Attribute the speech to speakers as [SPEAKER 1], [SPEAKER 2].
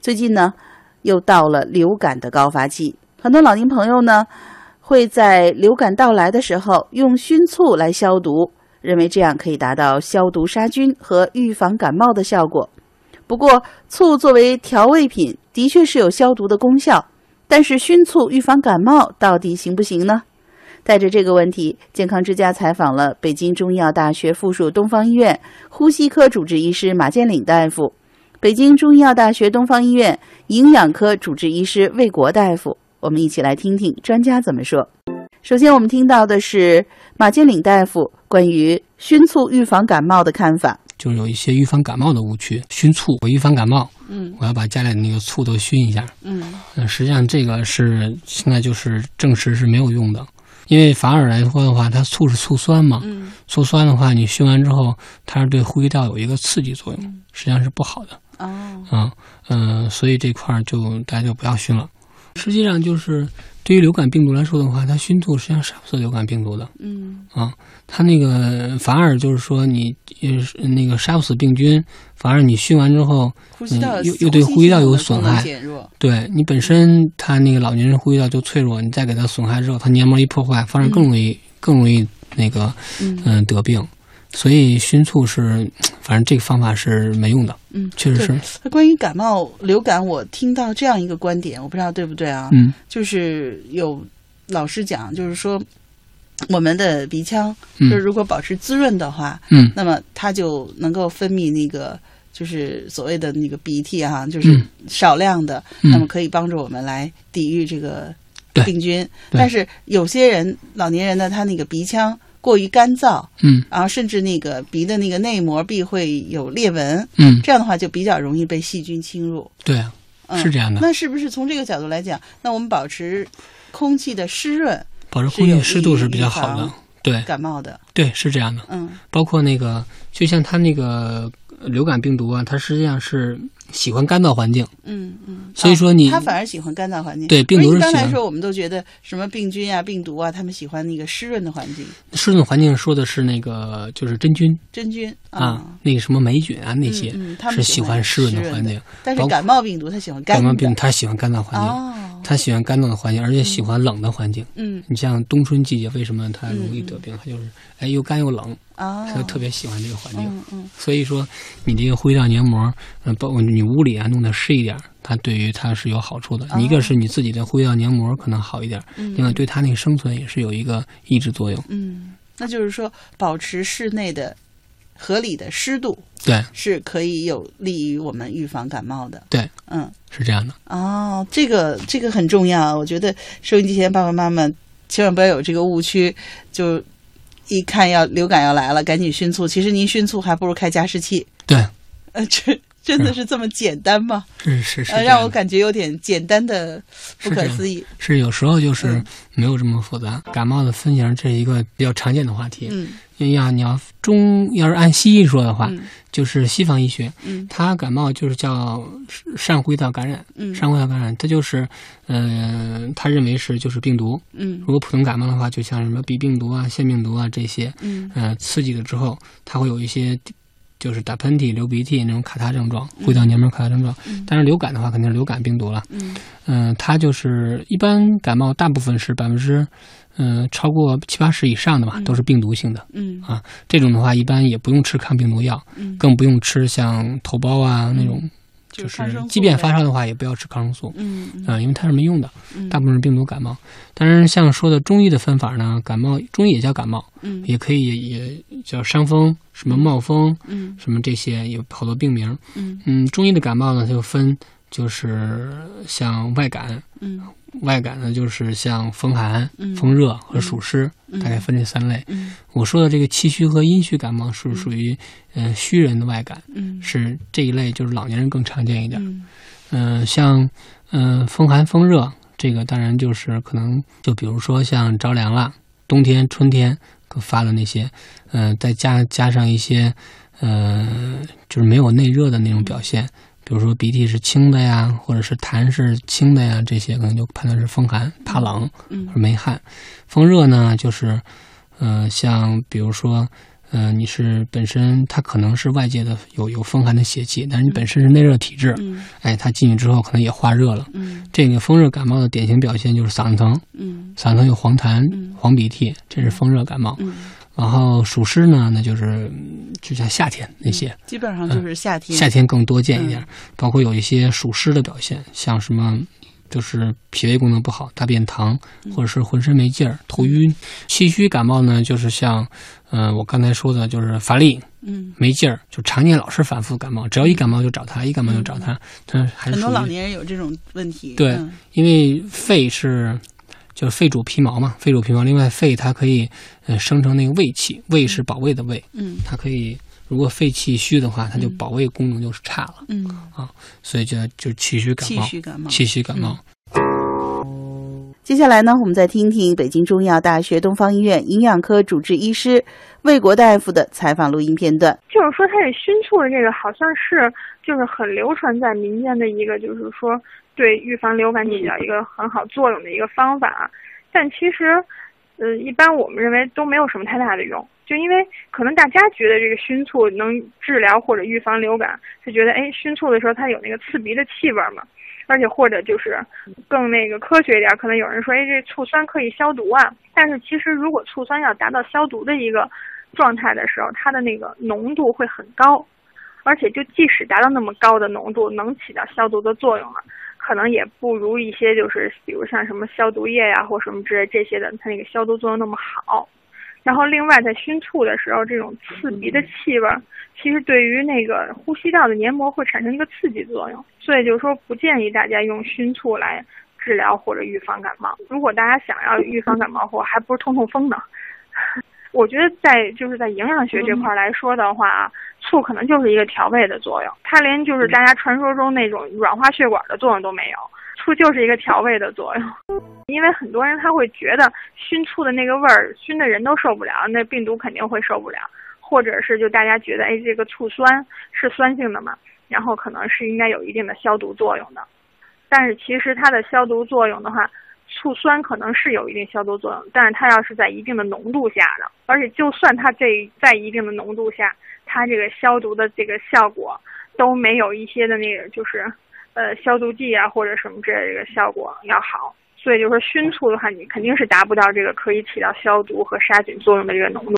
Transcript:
[SPEAKER 1] 最近呢，又到了流感的高发季，很多老年朋友呢会在流感到来的时候用熏醋来消毒，认为这样可以达到消毒杀菌和预防感冒的效果。不过，醋作为调味品，的确是有消毒的功效，但是熏醋预防感冒到底行不行呢？带着这个问题，健康之家采访了北京中医药大学附属东方医院呼吸科主治医师马建岭大夫，北京中医药大学东方医院营养科主治医师魏国大夫。我们一起来听听专家怎么说。首先，我们听到的是马建岭大夫关于熏醋预防感冒的看法。
[SPEAKER 2] 就有一些预防感冒的误区，熏醋我预防感冒，
[SPEAKER 1] 嗯
[SPEAKER 2] 我要把家里的那个醋都熏一下。
[SPEAKER 1] 嗯
[SPEAKER 2] 呃，实际上这个是现在就是证实是没有用的，因为反而来说的话，它醋是醋酸嘛，
[SPEAKER 1] 嗯
[SPEAKER 2] 醋酸的话，你熏完之后，它是对呼吸道有一个刺激作
[SPEAKER 1] 嗯
[SPEAKER 2] 用，实际上是不好的
[SPEAKER 1] 哦
[SPEAKER 2] 啊。嗯、所以这块儿就大家就不要熏了。实际上就是对于流感病毒来说的话，它熏醋实际上杀不死流感病毒的。
[SPEAKER 1] 嗯
[SPEAKER 2] 它那个反而就是说你呃那个杀不死病菌，反而你熏完之后，
[SPEAKER 1] 呼
[SPEAKER 2] 吸道嗯又又对呼吸道有损害
[SPEAKER 1] 减弱。
[SPEAKER 2] 对你本身它那个老年人呼吸道就脆弱，你再给它损害之后，它黏膜一破坏，反而更容易、更容易那个
[SPEAKER 1] 嗯
[SPEAKER 2] 嗯、得病。所以熏醋是，反正这个方法是没用的，
[SPEAKER 1] 嗯，
[SPEAKER 2] 确实是，
[SPEAKER 1] 那关于感冒、流感，我听到这样一个观点，我不知道对不对啊？
[SPEAKER 2] 嗯
[SPEAKER 1] 就是有老师讲，就是说我们的鼻腔，就是
[SPEAKER 2] 嗯
[SPEAKER 1] 如果保持滋润的话，
[SPEAKER 2] 嗯
[SPEAKER 1] 那么它就能够分泌那个。就是所谓的那个鼻涕哈、就是
[SPEAKER 2] 嗯
[SPEAKER 1] 少量的，那么
[SPEAKER 2] 嗯，
[SPEAKER 1] 可以帮助我们来抵御这个
[SPEAKER 2] 对
[SPEAKER 1] 病菌。
[SPEAKER 2] 对
[SPEAKER 1] 但是有些人，老年人呢，他那个鼻腔过于干燥，
[SPEAKER 2] 嗯
[SPEAKER 1] 然后甚至那个鼻的那个内膜壁会有裂纹，
[SPEAKER 2] 嗯，
[SPEAKER 1] 这样的话就比较容易被细菌侵入。
[SPEAKER 2] 对啊，
[SPEAKER 1] 嗯、
[SPEAKER 2] 是这样的
[SPEAKER 1] 那是不是从这个角度来讲，那我们保持空气的湿润，
[SPEAKER 2] 保持
[SPEAKER 1] 是
[SPEAKER 2] 空气
[SPEAKER 1] 有
[SPEAKER 2] 的湿度
[SPEAKER 1] 益
[SPEAKER 2] 是
[SPEAKER 1] 于
[SPEAKER 2] 比较好
[SPEAKER 1] 预
[SPEAKER 2] 的
[SPEAKER 1] 防，
[SPEAKER 2] 对
[SPEAKER 1] 感冒的，
[SPEAKER 2] 对，是这样的。
[SPEAKER 1] 嗯
[SPEAKER 2] 包括那个，就像它那个流感病毒啊，它实际上是喜欢干燥环境，
[SPEAKER 1] 嗯嗯。
[SPEAKER 2] 所以说你、
[SPEAKER 1] 啊他反而喜欢干燥环境。
[SPEAKER 2] 对病毒
[SPEAKER 1] 不
[SPEAKER 2] 是
[SPEAKER 1] 一般
[SPEAKER 2] 喜
[SPEAKER 1] 来
[SPEAKER 2] 欢
[SPEAKER 1] 说，我们都觉得什么病菌啊、病毒啊，他们喜欢那个湿润的环境，
[SPEAKER 2] 湿润环境说的是那个就是真菌
[SPEAKER 1] 真菌
[SPEAKER 2] 啊，那个什么霉菌啊那些、
[SPEAKER 1] 嗯嗯嗯他们
[SPEAKER 2] 是
[SPEAKER 1] 喜
[SPEAKER 2] 喜
[SPEAKER 1] 欢
[SPEAKER 2] 欢湿润的环
[SPEAKER 1] 湿
[SPEAKER 2] 境，
[SPEAKER 1] 但
[SPEAKER 2] 包
[SPEAKER 1] 是
[SPEAKER 2] 括
[SPEAKER 1] 感冒病毒它喜欢干
[SPEAKER 2] 感
[SPEAKER 1] 的
[SPEAKER 2] 冒病它喜欢干燥环境，
[SPEAKER 1] 哦，
[SPEAKER 2] 它喜欢干燥的环境，而且喜欢冷的环境。
[SPEAKER 1] 嗯
[SPEAKER 2] 你像冬春季节，为什么它容易得病？它就是哎又干又冷，
[SPEAKER 1] 哦，
[SPEAKER 2] 它就特别喜欢这个环境。
[SPEAKER 1] 嗯嗯
[SPEAKER 2] 所以说，你这个呼吸道黏膜，嗯，包括你屋里啊弄得湿一点儿，它对于它是有好处的。
[SPEAKER 1] 哦
[SPEAKER 2] 一个是你自己的呼吸道黏膜可能好一点儿，另外对它那个生存也是有一个抑制作用。
[SPEAKER 1] 嗯，那就是说保持室内的合理的湿度，
[SPEAKER 2] 对，
[SPEAKER 1] 是可以有利于我们预防感冒的。
[SPEAKER 2] 对，
[SPEAKER 1] 嗯，
[SPEAKER 2] 是这样的。
[SPEAKER 1] 哦，这个这个很重要，啊我觉得收音机前爸爸妈妈千万不要有这个误区，就一看要流感要来了，赶紧熏醋。其实您熏醋还不如开加湿器，
[SPEAKER 2] 对，
[SPEAKER 1] 呃，这真的是这么简单吗？
[SPEAKER 2] 是是是这
[SPEAKER 1] 呃，
[SPEAKER 2] 样的，
[SPEAKER 1] 让我感觉有点简单的不
[SPEAKER 2] 是这
[SPEAKER 1] 可
[SPEAKER 2] 样
[SPEAKER 1] 思议。
[SPEAKER 2] 是有时候就是
[SPEAKER 1] 嗯
[SPEAKER 2] 没有这么复杂。感冒的分型这是一个比较常见的话题。
[SPEAKER 1] 嗯
[SPEAKER 2] 因为要你要中要是按西医说的话，
[SPEAKER 1] 嗯
[SPEAKER 2] 就是西方医学，
[SPEAKER 1] 嗯
[SPEAKER 2] 它感冒就是叫上呼吸道感染，
[SPEAKER 1] 嗯
[SPEAKER 2] 上呼吸道感染，它就是，嗯、他认为是就是病毒。
[SPEAKER 1] 嗯
[SPEAKER 2] 如果普通感冒的话，就像什么鼻病毒啊、腺病毒啊这些，
[SPEAKER 1] 嗯
[SPEAKER 2] 呃，刺激了之后，它会有一些就是打喷嚏、流鼻涕那种卡痰症状，呼吸道黏膜卡痰症状。当然，流感的话肯定是流感病毒了。
[SPEAKER 1] 嗯
[SPEAKER 2] 嗯、它就是一般感冒大部分是百分之，嗯、超过七八十以上的吧，都是病毒性的。
[SPEAKER 1] 嗯
[SPEAKER 2] 这种的话，一般也不用吃抗病毒药，
[SPEAKER 1] 嗯，
[SPEAKER 2] 啊更不用吃像头孢啊那种，就
[SPEAKER 1] 抗
[SPEAKER 2] 是
[SPEAKER 1] 生素
[SPEAKER 2] 即便
[SPEAKER 1] 呗
[SPEAKER 2] 发烧的话，也不要吃抗生素。
[SPEAKER 1] 嗯嗯
[SPEAKER 2] 啊、因为它是没用的，
[SPEAKER 1] 嗯
[SPEAKER 2] 大部分是病毒感冒。当然，像说的中医的分法呢，感冒中医也叫感冒，
[SPEAKER 1] 嗯
[SPEAKER 2] 也可以也也叫伤风，什么冒风，
[SPEAKER 1] 嗯
[SPEAKER 2] 什么这些有好多病名。
[SPEAKER 1] 嗯
[SPEAKER 2] 嗯，中医的感冒呢，它就分就是像外感，
[SPEAKER 1] 嗯
[SPEAKER 2] 外感呢就是像风寒、
[SPEAKER 1] 嗯
[SPEAKER 2] 风热和暑湿，
[SPEAKER 1] 嗯
[SPEAKER 2] 大概分这三类。
[SPEAKER 1] 嗯
[SPEAKER 2] 我说的这个气虚和阴虚感冒是属于呃虚人的外感，
[SPEAKER 1] 嗯
[SPEAKER 2] 是这一类就是老年人更常见一点。
[SPEAKER 1] 嗯
[SPEAKER 2] 嗯，像嗯、呃风寒风热，这个当然就是可能就比如说像着凉了，冬天春天可发的那些，嗯、再加加上一些，呃，就是没有内热的那种表现，比如说鼻涕是清的呀，或者是痰是清的呀，这些可能就判断是风寒怕冷
[SPEAKER 1] 嗯
[SPEAKER 2] 而没汗。风热呢，就是呃，像比如说呃，你是本身它可能是外界的有有风寒的邪气，但是你本身是内热体质，
[SPEAKER 1] 嗯
[SPEAKER 2] 哎，它进去之后可能也化热了。
[SPEAKER 1] 嗯
[SPEAKER 2] 这个风热感冒的典型表现就是嗓子疼，
[SPEAKER 1] 嗯
[SPEAKER 2] 嗓子疼有黄
[SPEAKER 1] 嗯
[SPEAKER 2] 痰、黄鼻涕，这是风热感冒。
[SPEAKER 1] 嗯，
[SPEAKER 2] 然后暑湿呢，那就是嗯就像夏天那些，
[SPEAKER 1] 嗯
[SPEAKER 2] 嗯
[SPEAKER 1] 基本上就是夏天，
[SPEAKER 2] 夏天更多见
[SPEAKER 1] 嗯
[SPEAKER 2] 一点，包括有一些暑湿的表现，像什么。就是脾胃功能不好，大便溏，
[SPEAKER 1] 嗯
[SPEAKER 2] 或者是浑身没劲儿、头晕、气虚感冒呢，就是像，嗯、我刚才说的，就是乏力、
[SPEAKER 1] 嗯，
[SPEAKER 2] 没劲儿，就常年老是反复感冒，只要一感冒就找他，一感冒就找他，这还是
[SPEAKER 1] 嗯很
[SPEAKER 2] 属
[SPEAKER 1] 多老
[SPEAKER 2] 于
[SPEAKER 1] 年人有这种问题，
[SPEAKER 2] 对
[SPEAKER 1] 嗯
[SPEAKER 2] 因为肺是就是肺主皮毛嘛，肺主皮毛。另外，肺它可以呃生成那个胃气，胃是保卫的胃，
[SPEAKER 1] 嗯
[SPEAKER 2] 它可以如果肺气虚的话，它就
[SPEAKER 1] 嗯
[SPEAKER 2] 保卫功能就是差了，
[SPEAKER 1] 嗯，
[SPEAKER 2] 所以就就是气虚感
[SPEAKER 1] 气
[SPEAKER 2] 冒，
[SPEAKER 1] 虚嗯感冒。
[SPEAKER 2] 气虚感冒。
[SPEAKER 1] 接下来呢，我们再听听北京中医药大学东方医院营养科主治医师魏国大夫的采访录音片段。
[SPEAKER 3] 就是说它这熏醋的这个好像是就是很流传在民间的一个，就是说对预防流感起到一个很好作用的一个方法，但其实，呃，一般我们认为都没有什么太大的用，就因为可能大家觉得这个熏醋能治疗或者预防流感，就觉得哎熏醋的时候它有那个刺鼻的气味儿嘛。而且或者就是更那个科学一点，可能有人说，哎，这醋酸可以消毒啊。但是其实如果醋酸要达到消毒的一个状态的时候，它的那个浓度会很高，而且就即使达到那么高的浓度，能起到消毒的作用了，啊可能也不如一些就是比如像什么消毒液呀、或什么之类这些的，它那个消毒作用那么好。然后另外在熏醋的时候，这种刺鼻的气味儿，其实对于那个呼吸道的黏膜会产生一个刺激作用，所以就是说不建议大家用熏醋来治疗或者预防感冒。如果大家想要预防感冒或还不是通通风呢？ 我觉得在就是在营养学这块儿来说的话啊，醋可能就是一个调味的作用，它连就是大家传说中那种软化血管的作用都没有，醋就是一个调味的作用。因为很多人他会觉得熏醋的那个味儿，熏的人都受不了，那病毒肯定会受不了，或者是就大家觉得哎这个醋酸是酸性的嘛，然后可能是应该有一定的消毒作用的，但是其实它的消毒作用的话，醋酸可能是有一定消毒作用，但是它要是在一定的浓度下的，而且就算它这在一定的浓度下，它这个消毒的这个效果都没有一些的那个就是呃消毒剂啊或者什么之类的这个效果要好。所以就是说熏醋的话，你肯定是达不到这个可以起到消毒和杀菌作用的这个浓度。